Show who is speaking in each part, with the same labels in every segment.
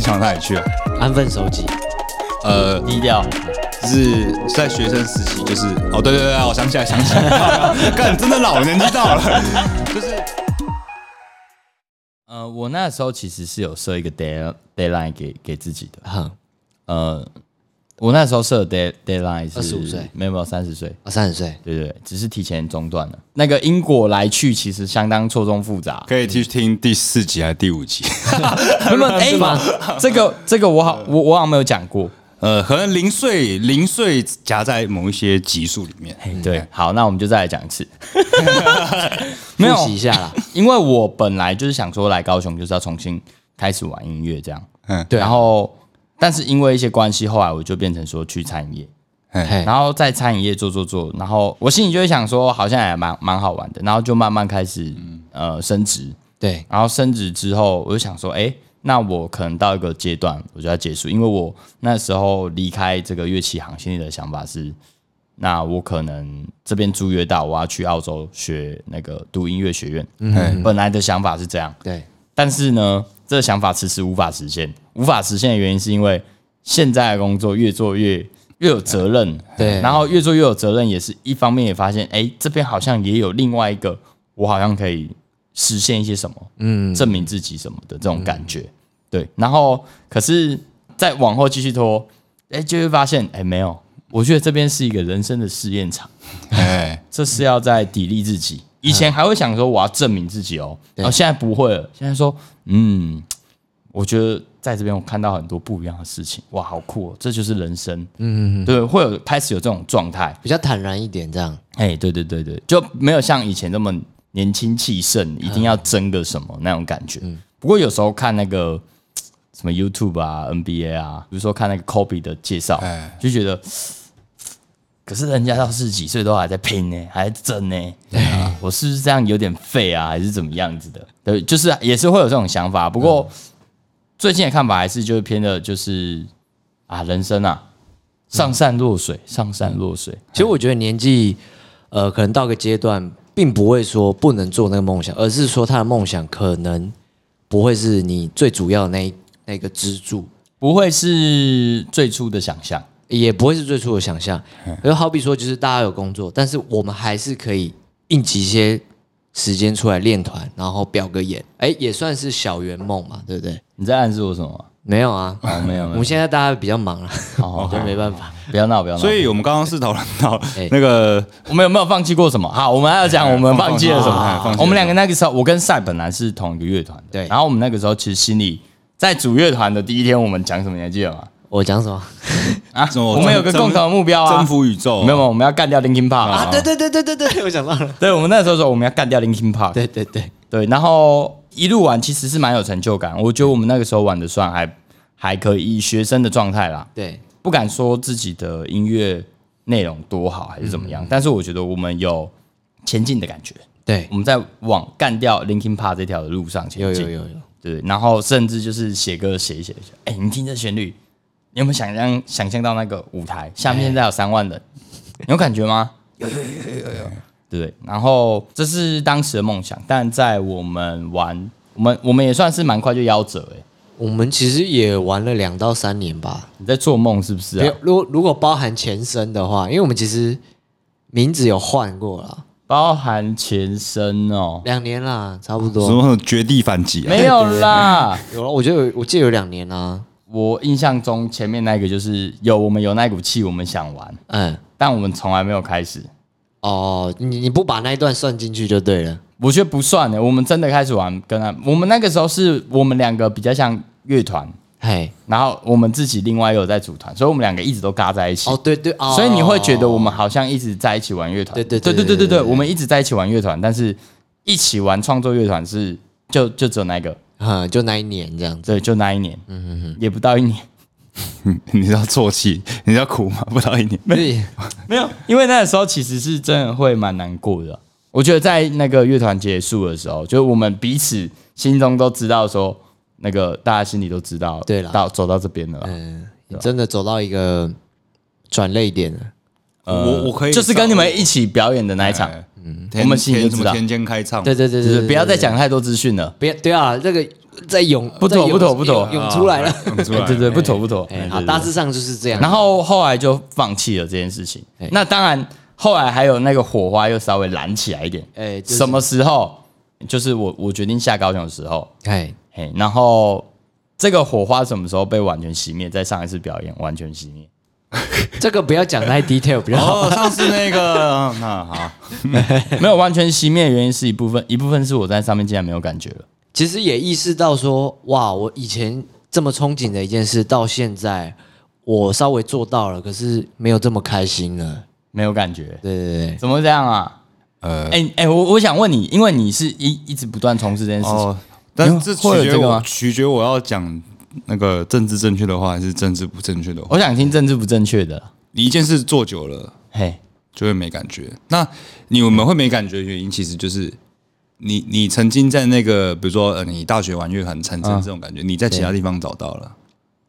Speaker 1: 强到哪里去了。
Speaker 2: 安分守己，
Speaker 1: 呃，
Speaker 3: 低调，
Speaker 1: 是在学生时期，就是哦，对对对，我想起来，想起来， 干，真的老了，年纪到了，就是
Speaker 3: 呃，我那时候其实是有设一个 dead deadline 给给自己的。
Speaker 2: 哼，
Speaker 3: 呃，我那时候设的 dead deadline 是
Speaker 2: 25岁
Speaker 3: 没有没有三十岁，
Speaker 2: 三十岁，
Speaker 3: 对对对，只是提前中断了。那个因果来去其实相当错综复杂。
Speaker 1: 可以去听第四集还是第五集？
Speaker 3: 那么哎
Speaker 2: 吗，
Speaker 3: 这个这个我好我我好像没有讲过。
Speaker 1: 呃，可能零碎零碎夹在某一些集数里面。
Speaker 2: 嗯
Speaker 3: 对，好，那我们就再来讲 一次。 没有
Speaker 2: 复习一下 啦。
Speaker 3: 因为我本来就是想说来高雄就是要重新开始玩音乐这样，
Speaker 1: 嗯
Speaker 3: 嗯，对。然后，但是因为一些关系，后来我就变成说去餐饮业，
Speaker 2: 嘿，
Speaker 3: 然后在餐饮业做做做，然后我心里就会想说，好像也蛮蛮好玩的，然后就慢慢开始呃升职，
Speaker 2: 对，
Speaker 3: 然后升职之后，我就想说，哎，那我可能到一个阶段我就要结束，因为我那时候离开这个乐器行，心里的想法是，那我可能这边租约到，我要去澳洲学那个读音乐学院，嗯，本来的想法是这样，
Speaker 2: 对，
Speaker 3: 但是呢，这个想法迟迟无法实现，无法实现的原因是因为现在的工作越做越。越有责任，
Speaker 2: 对
Speaker 3: 然后越做越有责任，也是一方面也发现，哎，这边好像也有另外一个，我好像可以实现一些什么，
Speaker 2: 嗯，
Speaker 3: 证明自己什么的这种感觉。对，然后可是再往后继续拖，哎，就会发现，哎，没有，我觉得这边是一个人生的试验场，
Speaker 1: 哎，
Speaker 3: 这是要在砥砺自己。以前还会想说我要证明自己哦，然后现在不会了，现在说，嗯，我觉得在这边我看到很多不一样的事情，哇，好酷哦，这就是人生，嗯，对，会有开始有这种状态，
Speaker 2: 比较坦然一点，这样
Speaker 3: 哎，对对对对，就没有像以前那么年轻气盛，一定要争个什么那种感觉。不过有时候看那个嘖什么 YouTube 啊、NBA 啊，比如说看那个 Kobe 的介绍，
Speaker 1: 哎
Speaker 3: 就觉得， 嘖可是人家到四十几岁都还在拼呢、还在争呢、对啊我是不是这样有点废啊，还是怎么样子的？对，就是也是会有这种想法。不过、最近的看法还是就是偏的，就是啊，人生啊，上善若水，上善若水。
Speaker 2: 其实我觉得年纪，呃，可能到个阶段，并不会说不能做那个梦想，而是说他的梦想可能不会是你最主要的那一那个支柱，
Speaker 3: 不会是最初的想象。
Speaker 2: 也不会是最初的想象。就好比说，就是大家有工作，但是我们还是可以应急一些时间出来练团，然后表个演，哎，也算是小圆梦嘛，对不对？
Speaker 3: 你在暗示我什么？
Speaker 2: 没有啊，
Speaker 3: 哦，没有哦
Speaker 2: 我
Speaker 3: 没有
Speaker 2: 们，现在大家比较忙啊了，
Speaker 3: 好好
Speaker 2: 就没办法。
Speaker 3: 不要闹，不要闹。
Speaker 1: 所以我们刚刚是讨论到
Speaker 2: 哎
Speaker 1: 那个
Speaker 3: 我们有没有放弃过什么？好，我们还要讲我们放弃了什
Speaker 1: 哎 放
Speaker 3: 么
Speaker 1: 弃。了
Speaker 3: 我们两个那个时候，我跟赛本来是同一个乐团的，
Speaker 2: 对
Speaker 3: 然后我们那个时候其实心里在组乐团的第一天，我们讲什么你还记得吗？
Speaker 2: 我讲什么
Speaker 3: 啊，
Speaker 1: 什么
Speaker 3: 我们有个
Speaker 1: 征服
Speaker 3: 共同的目标啊，
Speaker 1: 征服宇宙，
Speaker 3: 没有，没有，我们要干掉 Linkin Park
Speaker 2: 哦啊？对，对对对对对，我想到了，
Speaker 3: 对，我们那时候说我们要干掉 Linkin Park，
Speaker 2: 对对对，
Speaker 3: 对，然后一路玩其实是蛮有成就感，我觉得我们那个时候玩的算还还可以，以学生的状态啦，
Speaker 2: 对，
Speaker 3: 不敢说自己的音乐内容多好还是怎么样，但是我觉得我们有前进的感觉，
Speaker 2: 对
Speaker 3: 我，们在往干掉 Linkin Park 这条路上
Speaker 2: 有
Speaker 3: 前进，
Speaker 2: 有有有，
Speaker 3: 对，然后甚至就是写歌写一写，就哎、你听这旋律，你有没有想象想象到那个舞台下面现在有三万人，你有感觉吗？有有有有有有，对，然后这是当时的梦想，但在我们玩，我们我们也算是蛮快就夭折哎、
Speaker 2: 我们其实也玩了两到三年吧。
Speaker 3: 你在做梦是不是
Speaker 2: 没有
Speaker 3: 啊？，
Speaker 2: 如果如果包含前身的话，因为我们其实名字有换过了，
Speaker 3: 包含前身哦，
Speaker 2: 两年啦，差不
Speaker 1: 什
Speaker 2: 多。
Speaker 3: 嗯
Speaker 1: 么绝地反击啊？
Speaker 3: 没有啦。
Speaker 2: 有啊了，我觉得有，我记得有两年啊。
Speaker 3: 我印象中前面那个就是有我们有那股气，我们想玩，
Speaker 2: 嗯，
Speaker 3: 但我们从来没有开始。
Speaker 2: 哦，你你不把那一段算进去就对了。
Speaker 3: 我觉得不算的，我们真的开始玩跟他，我们那个时候是我们两个比较像乐团，
Speaker 2: 嘿，
Speaker 3: 然后我们自己另外又有在组团，所以我们两个一直都嘎在一起。
Speaker 2: 哦，对对，哦，
Speaker 3: 所以你会觉得我们好像一直在一起玩乐团，
Speaker 2: 对对
Speaker 3: 对
Speaker 2: 对
Speaker 3: 对对
Speaker 2: 对
Speaker 3: 对
Speaker 2: 对
Speaker 3: 对，
Speaker 2: 对
Speaker 3: 我们一直在一起玩乐团，但是一起玩创作乐团是就就只有那一个，
Speaker 2: 嗯，就那一年这样子。
Speaker 3: 对，就那一年，嗯嗯嗯，也不到一年，
Speaker 1: 你知道啜泣，你知道哭吗？不到一年，
Speaker 2: 对，
Speaker 3: 没有，因为那个时候其实是真的会蛮难过的。我觉得在那个乐团结束的时候，就是我们彼此心中都知道说，那个大家心里都知道，
Speaker 2: 对啦
Speaker 3: 到走到这边了啦，
Speaker 2: 嗯，你真的走到一个转泪点了。
Speaker 1: 我我可以
Speaker 3: 就是跟你们一起表演的那一场，
Speaker 1: 哎，
Speaker 3: 我
Speaker 1: 我
Speaker 3: 们心里就
Speaker 1: 什
Speaker 3: 知
Speaker 1: 么
Speaker 3: 道
Speaker 1: 天间开唱，
Speaker 2: 对对对
Speaker 3: 就
Speaker 2: 对，
Speaker 3: 是
Speaker 2: 对
Speaker 3: 不要再，讲太多资讯了。
Speaker 2: 对对不要对啊，这个在涌，
Speaker 3: 不妥
Speaker 2: 在涌
Speaker 3: 不妥不妥
Speaker 2: 啊涌涌出来了。
Speaker 1: 嗯出来了
Speaker 3: 对对，不妥不妥。
Speaker 2: 哎，
Speaker 3: 对
Speaker 2: 好，
Speaker 3: 对
Speaker 2: 大
Speaker 3: 对
Speaker 2: 致上就是这样。
Speaker 3: 然后后来就放弃了这件事情
Speaker 2: 哎。
Speaker 3: 那当然，后来还有那个火花又稍微燃起来一点。
Speaker 2: 哎就是
Speaker 3: 什么时候？就是我我决定下高雄的时候。
Speaker 2: 哎，
Speaker 3: 嘿，然后这个火花什么时候被完全熄灭？在上一次表演完全熄灭。
Speaker 2: 这个不要讲太 detail，比较好。
Speaker 1: 哦，上次那个， 那 好，
Speaker 3: 没有完全熄灭的原因是一部分，一部分是我在上面竟然没有感觉了。
Speaker 2: 其实也意识到说，哇，我以前这么憧憬的一件事，到现在我稍微做到了，可是没有这么开心了。
Speaker 3: 没有感觉，
Speaker 2: 对对对，
Speaker 3: 怎么会这样啊？
Speaker 1: 呃
Speaker 3: 哎、哎、我我想问你，因为你是一一直不断从事这件事情，
Speaker 1: 哦，但是这
Speaker 3: 会
Speaker 1: 取
Speaker 3: 有
Speaker 1: 决
Speaker 3: 这个
Speaker 1: 我
Speaker 3: 吗
Speaker 1: 取决我要讲那个政治正确的话还是政治不正确的话。哦
Speaker 3: 我想听政治不正确的。
Speaker 1: 你一件事做久了
Speaker 3: 嘿，
Speaker 1: 就会没感觉。那你们会没感觉的原因，其实就是你你曾经在那个，比如说呃，你大学玩乐团产
Speaker 3: 啊
Speaker 1: 生这种感觉，你在其他地方找到了。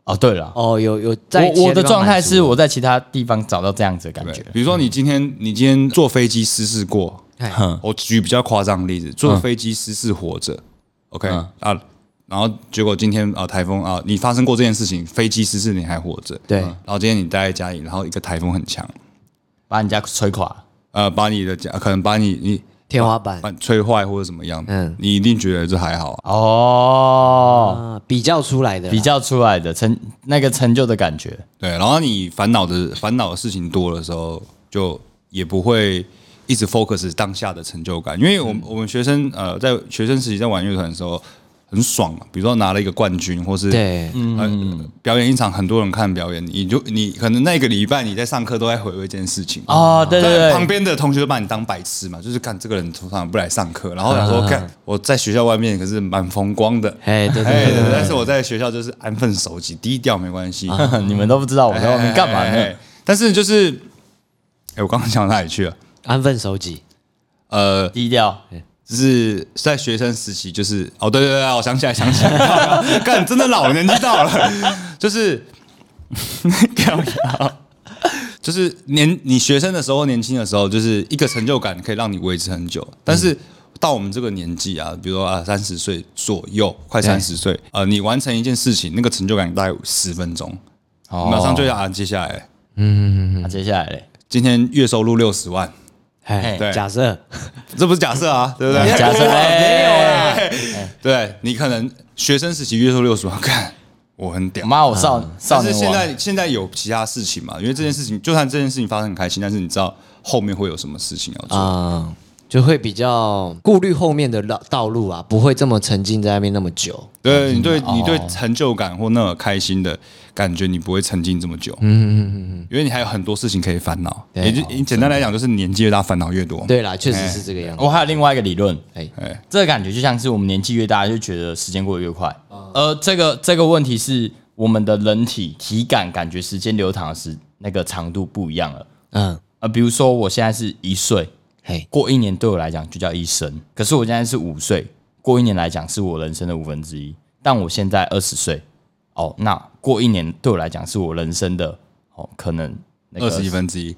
Speaker 3: 哦，对了，
Speaker 2: 哦，有有在
Speaker 3: 我我的状态是我
Speaker 2: 在
Speaker 3: 在其他地方找到这样子的感
Speaker 1: 对
Speaker 3: 觉，，哎
Speaker 1: 比如说你今天你今天坐飞机失事过，
Speaker 3: 哼，
Speaker 1: 我举比较夸张的例子，坐飞机失事活着、o k
Speaker 3: 嗯
Speaker 1: 啊，然后结果今天啊台风啊，你发生过这件事情，飞机失事你还活着，
Speaker 2: 对
Speaker 1: 嗯然后今天你待在家里，然后一个台风很强，
Speaker 3: 把人家吹垮。
Speaker 1: 呃，把你的家可能把你你
Speaker 2: 天花板
Speaker 1: 把你吹坏或者怎么样，
Speaker 2: 嗯
Speaker 1: 嗯，你一定觉得这还好啊，
Speaker 3: 哦，
Speaker 2: 啊比较出来的啦，
Speaker 3: 比较出来的成那个成就的感觉，
Speaker 1: 对，然后你烦恼的烦恼的事情多的时候，就也不会一直 focus 当下的成就感，因为我
Speaker 3: 嗯
Speaker 1: 们、我们学生呃，在学生时期在玩乐团的时候很爽嘛，比如说拿了一个冠军，或是
Speaker 2: 对，
Speaker 1: 嗯、表演一场很多人看表演，你就你可能那个礼拜你在上课都在回味这件事情
Speaker 3: 哦对对
Speaker 1: 但
Speaker 3: 对
Speaker 1: 旁边的同学都把你当白痴嘛，就是看这个人通常不来上课，然后想
Speaker 3: 嗯
Speaker 1: 说看我在学校外面可是蛮风光的。
Speaker 2: 哎对
Speaker 1: 哎，
Speaker 2: 对
Speaker 1: 对
Speaker 2: 对，
Speaker 1: 但是我在学校就是安分守己，低调没关系。
Speaker 3: 你们都不知道我在外面干嘛
Speaker 1: 哎哎
Speaker 3: 呢
Speaker 1: 哎？但是就是，哎，我刚刚讲到哪里去了？
Speaker 2: 安分守己，
Speaker 1: 呃，
Speaker 3: 低调，
Speaker 1: 就是在学生时期，就是哦，对对对，我想起来，想起来， 干，真的老了，年纪到了， 就是，干嘛就是年你学生的时候，年轻的时候，就是一个成就感可以让你维持很久，但是。到我们这个年纪啊，比如说啊，三十岁左右，快三十岁，呃，你完成一件事情，那个成就感大概十分钟，
Speaker 3: 哦
Speaker 1: 马上就要啊，接下来
Speaker 3: 那啊接下来嘞，
Speaker 1: 今天月收入六十万，
Speaker 2: 哎，
Speaker 1: 对
Speaker 2: 假设
Speaker 1: 这不是假设啊，对不对？
Speaker 3: 嗯 假设哎没有啦，哎
Speaker 1: 对你可能学生时期月收六十万，看我很屌。
Speaker 3: 妈，我少少
Speaker 1: 嗯但是
Speaker 3: 年
Speaker 1: 现
Speaker 3: 王，
Speaker 1: 在现在有其他事情嘛？因为这件事情，就算这件事情发生很开心，但是你知道后面会有什么事情要做。嗯
Speaker 2: 啊，就会比较顾虑后面的道道路啊，不会这么沉浸在那边那么久。
Speaker 1: 对你对
Speaker 3: 哦
Speaker 1: 你对成就感或那种开心的感觉，你不会沉浸这么久。嗯嗯嗯嗯，因为你还有很多事情可以烦恼。
Speaker 2: 对
Speaker 1: 也就
Speaker 3: 哦
Speaker 1: 简单来讲，就是年纪越大，烦恼越多。
Speaker 2: 对啦，确实是这个样
Speaker 1: 哦
Speaker 2: 子。
Speaker 3: 我还有另外一个理论，
Speaker 2: 哎，
Speaker 1: 哎，
Speaker 3: 这个感觉就像是我们年纪越大，就觉得时间过得越快。而这个这个问题是我们的人体体感感觉时间流淌的时那个长度不一样了。
Speaker 2: 嗯，
Speaker 3: 呃，比如说我现在是一岁，
Speaker 2: 嘿，
Speaker 3: 过一年对我来讲就叫一生；可是我现在是五岁，过一年来讲是我人生的五分之一。但我现在二十岁，哦，那过一年对我来讲是我人生的哦，可能那个
Speaker 1: 二十一，分之一。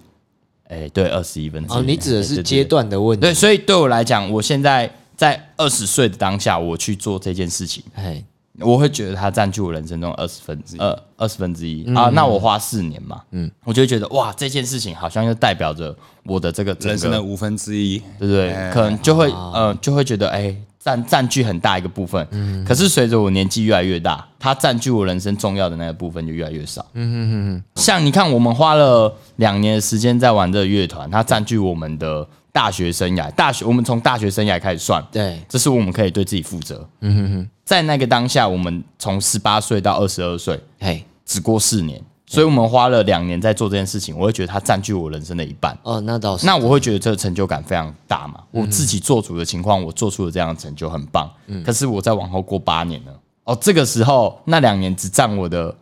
Speaker 3: 哎，对，二十一分之一。
Speaker 2: 哦，你指的
Speaker 3: 哎
Speaker 2: 是
Speaker 3: 对对
Speaker 2: 阶
Speaker 3: 对
Speaker 2: 段的问题。
Speaker 3: 对，所以对我来讲，我现在在二十岁的当下，我去做这件事情，
Speaker 2: 哎，
Speaker 3: 我会觉得它占据我人生中二十分之二
Speaker 1: 嗯
Speaker 3: 二十分之一
Speaker 2: 嗯
Speaker 3: 啊。那我花四年嘛，嗯，我就会觉得哇，这件事情好像就代表着我的这个整
Speaker 1: 人生的
Speaker 3: 个，
Speaker 1: 五分之一，
Speaker 3: 对不对？可能就会呃，就会觉得哎，占占据很大一个部分。可是随着我年纪越来越大，它占据我人生重要的那个部分就越来越少。嗯嗯嗯。像你看，我们花了两年的时间在玩这个乐团，它占据我们的大学生涯，大学我们从大学生涯开始算，
Speaker 2: 对，
Speaker 3: 这是我们可以对自己负责。嗯哼哼，在那个当下，我们从十八岁到二十二岁，
Speaker 2: 嘿，
Speaker 3: 只过四年，所以我们花了两年在做这件事情。我会觉得它占据我人生的一半，
Speaker 2: 哦，那倒是。
Speaker 3: 那我会觉得这个成就感非常大嘛。我自己做主的情况，我做出了这样的成就，很棒。
Speaker 1: 嗯
Speaker 3: 可是我再往后过八年呢？哦，这个时候那两年只占我的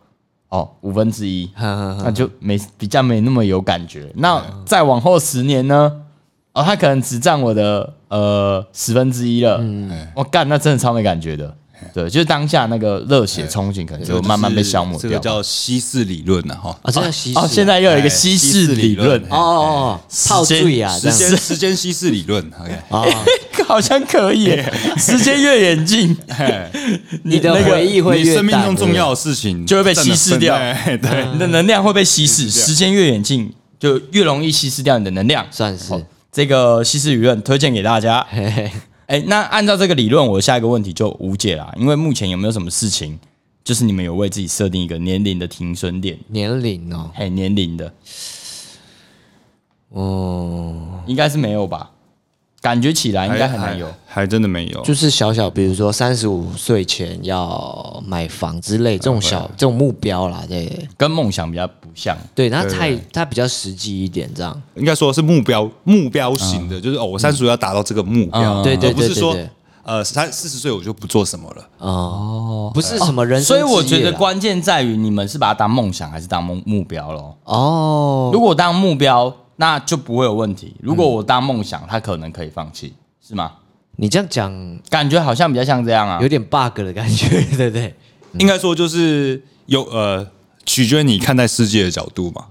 Speaker 3: 哦五分 之一，
Speaker 2: 呵呵呵
Speaker 3: 那就没比较没那么有感觉。那再往后十年呢？哦，
Speaker 1: 嗯
Speaker 3: 他可能只占我的呃十分之一了。我干，那真的超没感觉的。对，就是当下那个热血憧憬，可能
Speaker 1: 这个
Speaker 3: 就是慢慢被消磨
Speaker 1: 这
Speaker 3: 掉
Speaker 1: 个
Speaker 3: 吧。
Speaker 1: 叫稀释理论呢，哈。
Speaker 2: 啊，这叫稀释啊
Speaker 3: 哦，现在又有一个
Speaker 1: 哎
Speaker 3: 稀
Speaker 1: 稀
Speaker 3: 释
Speaker 1: 释
Speaker 3: 理
Speaker 1: 理论
Speaker 3: 论，
Speaker 2: 哦哦哦，泡醉啊，这
Speaker 1: 时
Speaker 2: 样
Speaker 1: 间时间稀释理论，OK，
Speaker 2: 啊，
Speaker 3: 好像可以耶，时间越远近，
Speaker 2: 你的
Speaker 3: 那个
Speaker 2: 回忆会
Speaker 1: 你
Speaker 2: 越
Speaker 1: 生命
Speaker 2: 淡
Speaker 1: 中重要的事情
Speaker 3: 就会被稀释掉
Speaker 1: 占了分对，
Speaker 3: 你的能量会被稀释，
Speaker 1: 掉
Speaker 3: 时间越远近就越容易稀释掉你的能量。
Speaker 2: 算是
Speaker 3: 哦这个稀释理论推荐给大家。
Speaker 2: 嘿嘿
Speaker 3: 哎，那按照这个理论，我下一个问题就无解啦，因为目前有没有什么事情，就是你们有为自己设定一个年龄的停损点？
Speaker 2: 年龄哦，
Speaker 3: 嘿，年龄的
Speaker 2: 嗯，
Speaker 3: 应该是没有吧？感觉起来
Speaker 1: 对
Speaker 3: 应该很难有
Speaker 1: 哦还。还真的没有，
Speaker 2: 就是小小，比如说三十五岁前要买房之
Speaker 3: 啊
Speaker 2: 类这种小这种目标啦，对
Speaker 3: 跟梦想比较不像。
Speaker 2: 对，它太它比较实际一点，这样
Speaker 1: 应该说是目标目标型的，就是哦，我三十岁要达到这个目标，
Speaker 3: 嗯
Speaker 2: 对对
Speaker 1: 而不是
Speaker 2: 对对
Speaker 1: 说
Speaker 2: 对
Speaker 1: 呃三四十岁我就不做什么了，
Speaker 2: 哦，不是什么人生职
Speaker 3: 所以
Speaker 2: 业啦，
Speaker 3: 我觉得关键在于你们是把它当梦想还是当梦目标咯。
Speaker 2: 哦，
Speaker 3: 如果当目标，那就不会有问题；如果我当梦想，它可能可以放弃，是吗？
Speaker 2: 你这样讲
Speaker 3: 感觉好像比较像这样啊
Speaker 2: 有。点 bug 的感觉，对不对？
Speaker 3: 嗯
Speaker 1: 应该说就是有呃，取决于你看待世界的角度嘛。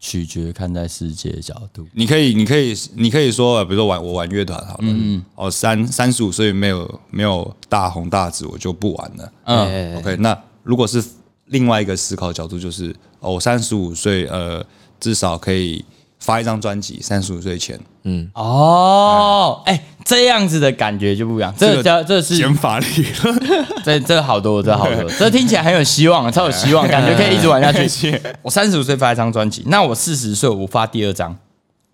Speaker 3: 取决看待世界的角度。
Speaker 1: 你可以，你可以，你可以说，呃比如说玩我玩乐团好了，哦，三三十五岁没有没有大红大紫，我就不玩了。哦
Speaker 3: 嗯，
Speaker 2: 哎
Speaker 1: OK，那如果是另外一个思考角度，就是哦，我三十五岁，呃，至少可以发一张专辑，三十五岁前
Speaker 3: 哦，哎、这样子的感觉就不一样。这
Speaker 1: 这
Speaker 3: 个
Speaker 1: 个
Speaker 3: 叫这是
Speaker 1: 减法理论，
Speaker 3: 这这好多，这好 多，这听起来很有希望， 超有希望，感觉可以一直玩下去。我三十五岁发一张专辑，那我四十岁我发第二张，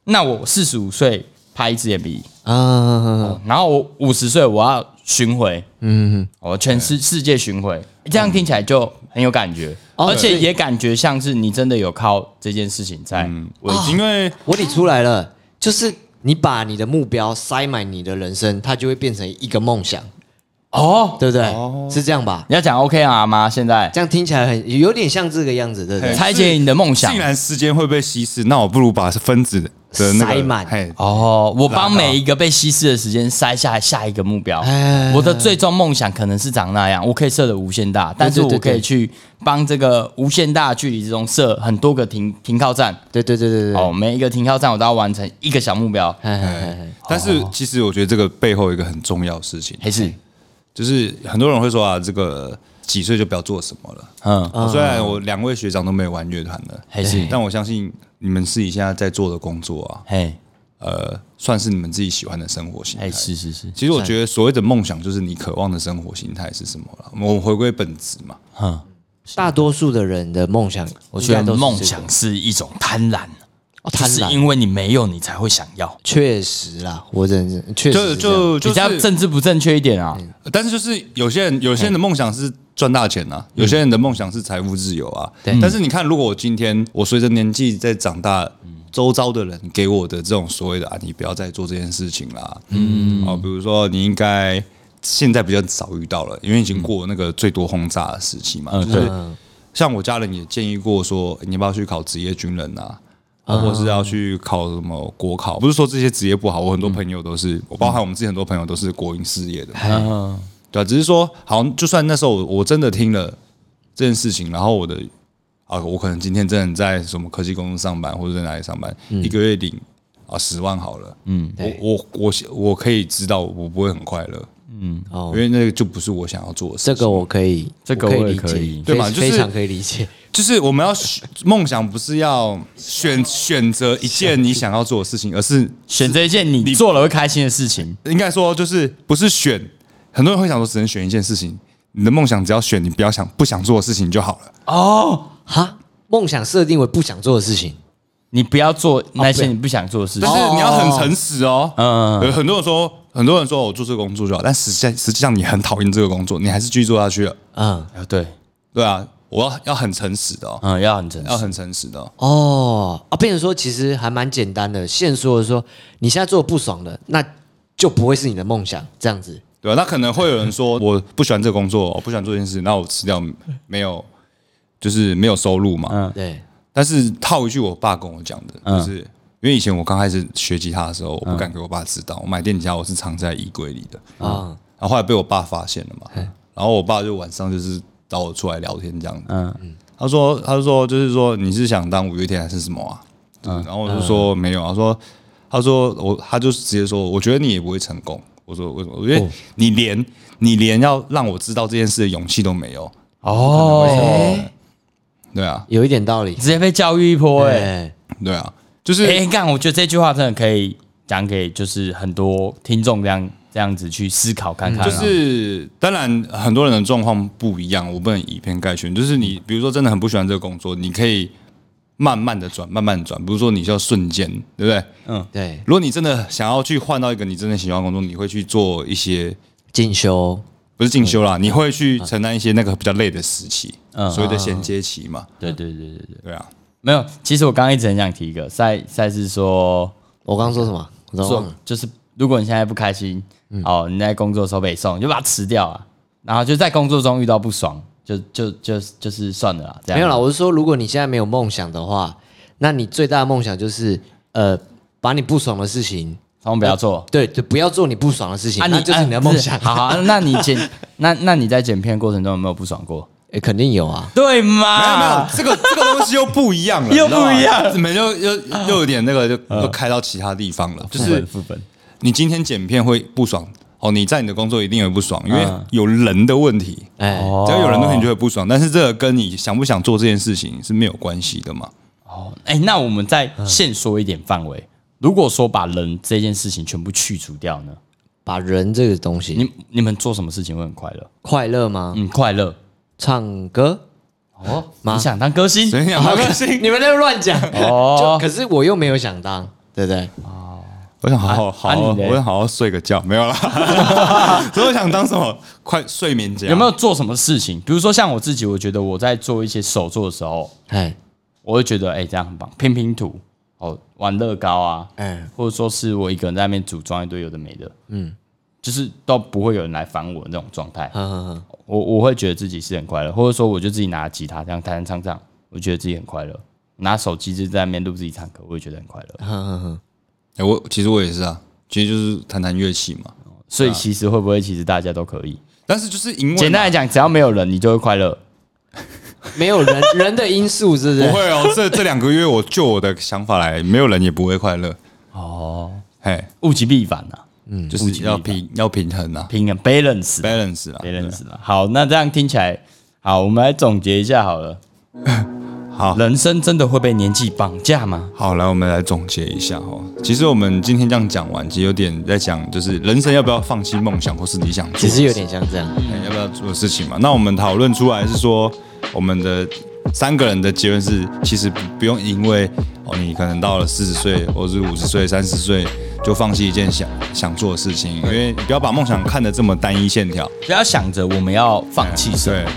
Speaker 3: 那我四十五岁拍一支 MV，
Speaker 2: 啊，
Speaker 3: 然后我五十岁我要巡回，嗯，我全世世界巡回，这样听起来就很有感觉，
Speaker 2: 哦
Speaker 3: 而且
Speaker 2: 对
Speaker 3: 也感觉像是你真的有靠这件事情在，
Speaker 1: 我因为
Speaker 2: 我理出来了，就是你把你的目标塞满你的人生，它就会变成一个梦想，
Speaker 3: 哦，
Speaker 2: 对不对？是这样吧？
Speaker 3: 你要讲 OK 啊吗？现在
Speaker 2: 这样听起来很有点像这个样子，对不对？
Speaker 3: 拆解你的梦想
Speaker 1: 既，然时间会被稀释，那我不如把分子的那个
Speaker 2: 塞满
Speaker 1: 嘿
Speaker 3: 哦，我帮每一个被稀释的时间塞下下一个目标
Speaker 2: 哎，
Speaker 3: 我的最终梦想可能是长那样，我可以设的无限大，但是
Speaker 2: 对对
Speaker 3: 我
Speaker 2: 对
Speaker 3: 可以去帮这个无限大的距离之中设很多个停停靠站，
Speaker 2: 对对对对对。
Speaker 3: 哦，每一个停靠站我都要完成一个小目标，
Speaker 2: 哎哎哎哎
Speaker 1: 但是其实我觉得这个背后有一个很重要的事情，
Speaker 3: 还是
Speaker 1: 就是很多人会说啊，这个几岁就不要做什么了。
Speaker 3: 嗯，
Speaker 2: 哦
Speaker 1: 哦虽然我两位学长都没有玩乐团的，
Speaker 3: 还是
Speaker 1: 但我相信你们自己现在在做的工作啊，
Speaker 3: 嘿，
Speaker 1: 呃，算是你们自己喜欢的生活形态
Speaker 3: 哎，。是是是，
Speaker 1: 其实我觉得所谓的梦想，就是你渴望的生活形态是什么了。我们回归本质嘛，
Speaker 3: 嗯，
Speaker 2: 大多数的人的梦想，
Speaker 3: 我觉
Speaker 2: 应该
Speaker 3: 得
Speaker 2: 都是
Speaker 3: 梦
Speaker 2: 这
Speaker 3: 想
Speaker 2: 个
Speaker 3: 是一种贪婪，啊
Speaker 2: 哦
Speaker 3: 就
Speaker 2: 贪
Speaker 3: 是
Speaker 2: 婪，
Speaker 3: 因为你没有，你才会想要，
Speaker 2: 确实啦，我认真确实
Speaker 1: 就是
Speaker 2: 这样
Speaker 1: 就就
Speaker 3: 比较
Speaker 1: 是，
Speaker 3: 政治不正确一点啊，
Speaker 1: 但是就是有些人有些人的梦想是赚大钱啊，有些人的梦想是财务自由啊。
Speaker 2: 对
Speaker 1: 但是你看，如果我今天我随着年纪在长大，周遭的人给我的这种所谓的啊，你不要再做这件事情啦，嗯，哦，比如说你应该现在比较少遇到了，因为已经过那个最多轰炸的时期嘛，
Speaker 3: 嗯
Speaker 1: 就是
Speaker 3: 对
Speaker 1: 像我家人也建议过说，欸你要不要去考职业军人啊？啊或者是要去考什么国考？不是说这些职业不好，我很多朋友都是，我包含我们自己很多朋友都是国营事业的嘛，
Speaker 3: 嗯，
Speaker 1: 对啊，只是说，好像就算那时候我我真的听了这件事情，然后我的啊，我可能今天真的在什么科技公司上班，或者在哪里上班，
Speaker 2: 嗯
Speaker 1: 一个月领啊十万好了，嗯，我我我我可以知道我不会很快乐，因
Speaker 2: 哦，
Speaker 1: 为那个就不是我想要做的事
Speaker 2: 这个我可以，
Speaker 3: 这个
Speaker 2: 我
Speaker 3: 我也
Speaker 2: 理
Speaker 3: 可以
Speaker 2: 解，
Speaker 1: 对嘛
Speaker 2: 非
Speaker 1: 就是
Speaker 2: 非常可以理解。
Speaker 1: 就是我们要选梦想，不是要选选择一件你想要做的事情，而是
Speaker 3: 选择一件你做了会开心的事情，
Speaker 1: 应该说就是不是选。很多人会想说，只能选一件事情。你的梦想只要选你不要想不想做的事情就好了。
Speaker 2: 哈，梦想设定为不想做的事情，
Speaker 3: 你不要做那
Speaker 2: 不
Speaker 3: 些
Speaker 2: 要
Speaker 3: 你不想做的事情
Speaker 1: 但。是你要很诚实哦。
Speaker 3: 嗯
Speaker 1: 有很多人说，很多人说哦我做这个工作就好，但实际上实际上你很讨厌这个工作，你还是继续做下去了。
Speaker 2: 嗯，
Speaker 3: 啊，对，
Speaker 1: 对啊，我要要很诚实的哦，
Speaker 3: 嗯，要很诚
Speaker 1: 要
Speaker 3: 实。
Speaker 1: 很诚实的哦。
Speaker 2: 哦，啊，变成说其实还蛮简单的，现说的说你现在做的不爽的，那就不会是你的梦想，这样子。
Speaker 1: 对啊，那可能会有人说， 我不喜欢这个工作，我不喜欢做这件事，那我辞掉没有，就是没有收入嘛。
Speaker 3: 嗯
Speaker 2: 对，
Speaker 1: 但是套一句我爸跟我讲的，
Speaker 3: 嗯
Speaker 1: 就是因为以前我刚开始学吉他的时候，我不
Speaker 3: 嗯
Speaker 1: 敢给我爸知道，我买电吉他我是藏在衣柜里的
Speaker 2: 啊
Speaker 1: 啊，然后后来被我爸发现了嘛，然后我爸就晚上就是找我出来聊天这样子。
Speaker 4: 嗯，
Speaker 1: 他说，他就说就是说你是想当五月天还是什么啊？嗯，然后我就说没有，他说他说我他就直接说，我觉得你也不会成功。我说为什么？我觉得你连你连要让我知道这件事的勇气都没有。
Speaker 3: 哦，
Speaker 1: 对啊，
Speaker 2: 有一点道理。
Speaker 3: 直接被教育一波哎。
Speaker 2: 对，
Speaker 1: 对啊，就是、
Speaker 3: 哎，干，我觉得这句话真的可以讲给就是很多听众这样这样子去思考看看
Speaker 1: 嗯
Speaker 3: 啊，
Speaker 1: 就是，当然很多人的状况不一样，我不能以偏概全。就是你，比如说真的很不喜欢这个工作，你可以慢慢的转，慢慢地转，不是说你就要瞬间，对不对？
Speaker 2: 对，
Speaker 1: 如果你真的想要去换到一个你真的喜欢的工作，你会去做一些
Speaker 2: 进修，
Speaker 1: 不是进修
Speaker 3: 嗯
Speaker 1: 啦，你会去承担一些那个比较累的时期，所谓的衔接期嘛。
Speaker 3: 对对对对对，
Speaker 1: 对啊，
Speaker 3: 没有。其实我刚刚一直很想提一个赛赛是说
Speaker 2: 我刚刚说什么？我都忘
Speaker 3: 做
Speaker 2: 了。
Speaker 3: 就是如果你现在不开心，
Speaker 2: 嗯
Speaker 3: 哦，你在工作的时候被送，你就把它辞掉啊。然后就在工作中遇到不爽，就就就就是算了啦，这样
Speaker 2: 没有啦，我是说，如果你现在没有梦想的话，那你最大的梦想就是呃，把你不爽的事情，呃
Speaker 3: 千万不要做。
Speaker 2: 对，就不要做你不爽的事情，那就是你的
Speaker 3: 啊
Speaker 2: 梦想。
Speaker 3: 好，好， 啊那你剪，那那你在剪片过程中有没有不爽过？
Speaker 2: 诶肯定有啊。
Speaker 3: 对
Speaker 1: 没有没有
Speaker 3: 吗？，
Speaker 1: 这个这个东西又不一样了，
Speaker 3: 又不一样
Speaker 1: 你知
Speaker 3: 嗯
Speaker 1: 道吗，没又又又有点那个，就又开到其他地方了，就是
Speaker 3: 副本，
Speaker 1: 你今天剪片会不爽哦，你在你的工作一定会不爽，因为有人的问题，
Speaker 2: 哎、
Speaker 3: 嗯哦
Speaker 1: 只要有人的问题就会不爽。但是这个跟你想不想做这件事情是没有关系的嘛？
Speaker 3: 哦，哎、那我们再限缩一点范围。如果说把人这件事情全部去除掉呢？
Speaker 2: 把人这个东西，
Speaker 3: 你你们做什么事情会很快乐？
Speaker 2: 快乐吗？
Speaker 3: 嗯，快乐
Speaker 2: 唱歌？
Speaker 3: 哦。
Speaker 2: 吗
Speaker 3: 你想当歌星
Speaker 1: 所以你 想开心，
Speaker 2: 你们在那乱 讲
Speaker 3: 哦
Speaker 2: 哦。就可是我又没有想当，对不对？
Speaker 1: 我想好好好
Speaker 3: 啊
Speaker 1: 好，
Speaker 3: 你嘞
Speaker 1: 我想好好睡个觉，没有啦。 所以我想当什么快睡眠家？
Speaker 3: 有没有做什么事情？比如说像我自己，我觉得我在做一些手作的时候，
Speaker 2: 哎，
Speaker 3: 我会觉得哎、这样很棒，拼拼图，哦，玩乐高啊，
Speaker 2: 嗯，
Speaker 3: 或者说是我一个人在那边组装一堆有的没的，嗯，就是都不会有人来烦我那种状态，
Speaker 2: 呵呵呵，
Speaker 3: 我我会觉得自己是很快乐，或者说我就自己拿吉他这样弹弹唱唱，我觉得自己很快乐。拿手机就在那边录自己唱歌，我也觉得很快乐。
Speaker 1: 哎我其实我也是啊，其实就是弹弹乐器嘛。
Speaker 3: 所以其实会不会，其实大家都可以。
Speaker 1: 但是就是因为
Speaker 3: 简单来讲，只要没有人，你就会快乐。
Speaker 2: 没有人 人的因素是不
Speaker 1: 不
Speaker 2: 是？
Speaker 1: 会哦，这这两个月我就我的想法来，没有人也不会快乐。
Speaker 3: 哦，
Speaker 1: 嘿，
Speaker 3: 物极必反啊，
Speaker 1: 就是要平要平衡啊
Speaker 3: 平衡 balance 啊
Speaker 1: ，balance 啊
Speaker 3: balance 啊。好，那这样听起来，好，我们来总结一下好了。
Speaker 1: 好
Speaker 3: 人生真的会被年纪绑架吗？
Speaker 1: 好，来我们来总结一下哦。其实我们今天这样讲完，其实有点在讲，就是人生要不要放弃梦想，或是你想做
Speaker 2: 其
Speaker 1: 的事，
Speaker 2: 实有点像这样，
Speaker 1: 哎要不要做的事情嘛。那我们讨论出来是说，我们的三个人的结论是，其实不不用因为哦，你可能到了四十岁，或是五十岁、三十岁，就放弃一件想想做的事情，因为你不要把梦想看得这么单一线条。
Speaker 3: 不要想着我们要放弃什
Speaker 1: 对
Speaker 3: 么，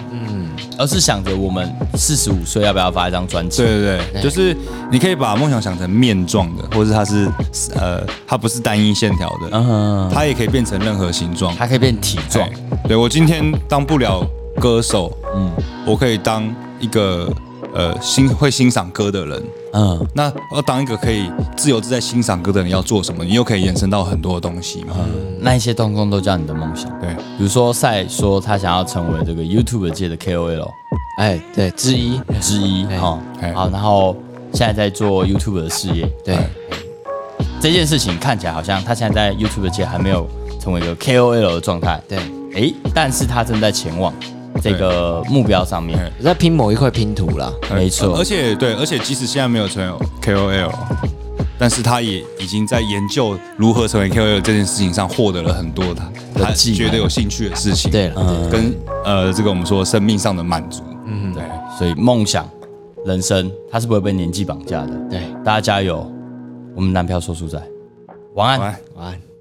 Speaker 3: 而是想着我们四十五岁要不要发一张专辑。
Speaker 1: 对对对，就是你可以把梦想想成面状的，或是它是呃，它不是单一线条的，
Speaker 3: 嗯，
Speaker 1: 它也可以变成任何形状。
Speaker 3: 它可以变体重
Speaker 1: 对，，对我今天当不了歌手，嗯，我可以当一个呃欣会欣赏歌的人。
Speaker 3: 嗯，
Speaker 1: 那要当一个可以自由自在欣赏歌的人，要做什么？你又可以延伸到很多东西嘛。
Speaker 3: 那一些通通都叫你的梦想。
Speaker 1: 对，
Speaker 3: 比如说赛说他想要成为这个 YouTube 界的 KOL
Speaker 2: 哎，对，之一，
Speaker 3: 之一
Speaker 2: 哎
Speaker 3: 哈
Speaker 1: 哎，
Speaker 3: 好，然后现在在做 YouTube 的事业，
Speaker 2: 对，
Speaker 3: 这件事情看起来好像他现在在 YouTube 界还没有成为一个 KOL 的状态，
Speaker 2: 对，
Speaker 3: 哎，但是他正在前往这个目标上面
Speaker 1: 哎，
Speaker 2: 我在拼某一块拼图啦，
Speaker 3: 没错
Speaker 1: 而且对，而且即使现在没有成为 KOL，但是他也已经在研究如何成为 KOL 这件事情上获得了很多他他
Speaker 3: 技能
Speaker 1: 觉得有兴趣的事情。
Speaker 2: 对了
Speaker 1: 嗯跟呃这个我们说生命上的满足。嗯，对，
Speaker 3: 所以梦想、人生，他是不会被年纪绑架的。
Speaker 2: 对，
Speaker 3: 大家加油，我们男票说书仔，晚安
Speaker 1: 晚安。
Speaker 2: 晚安。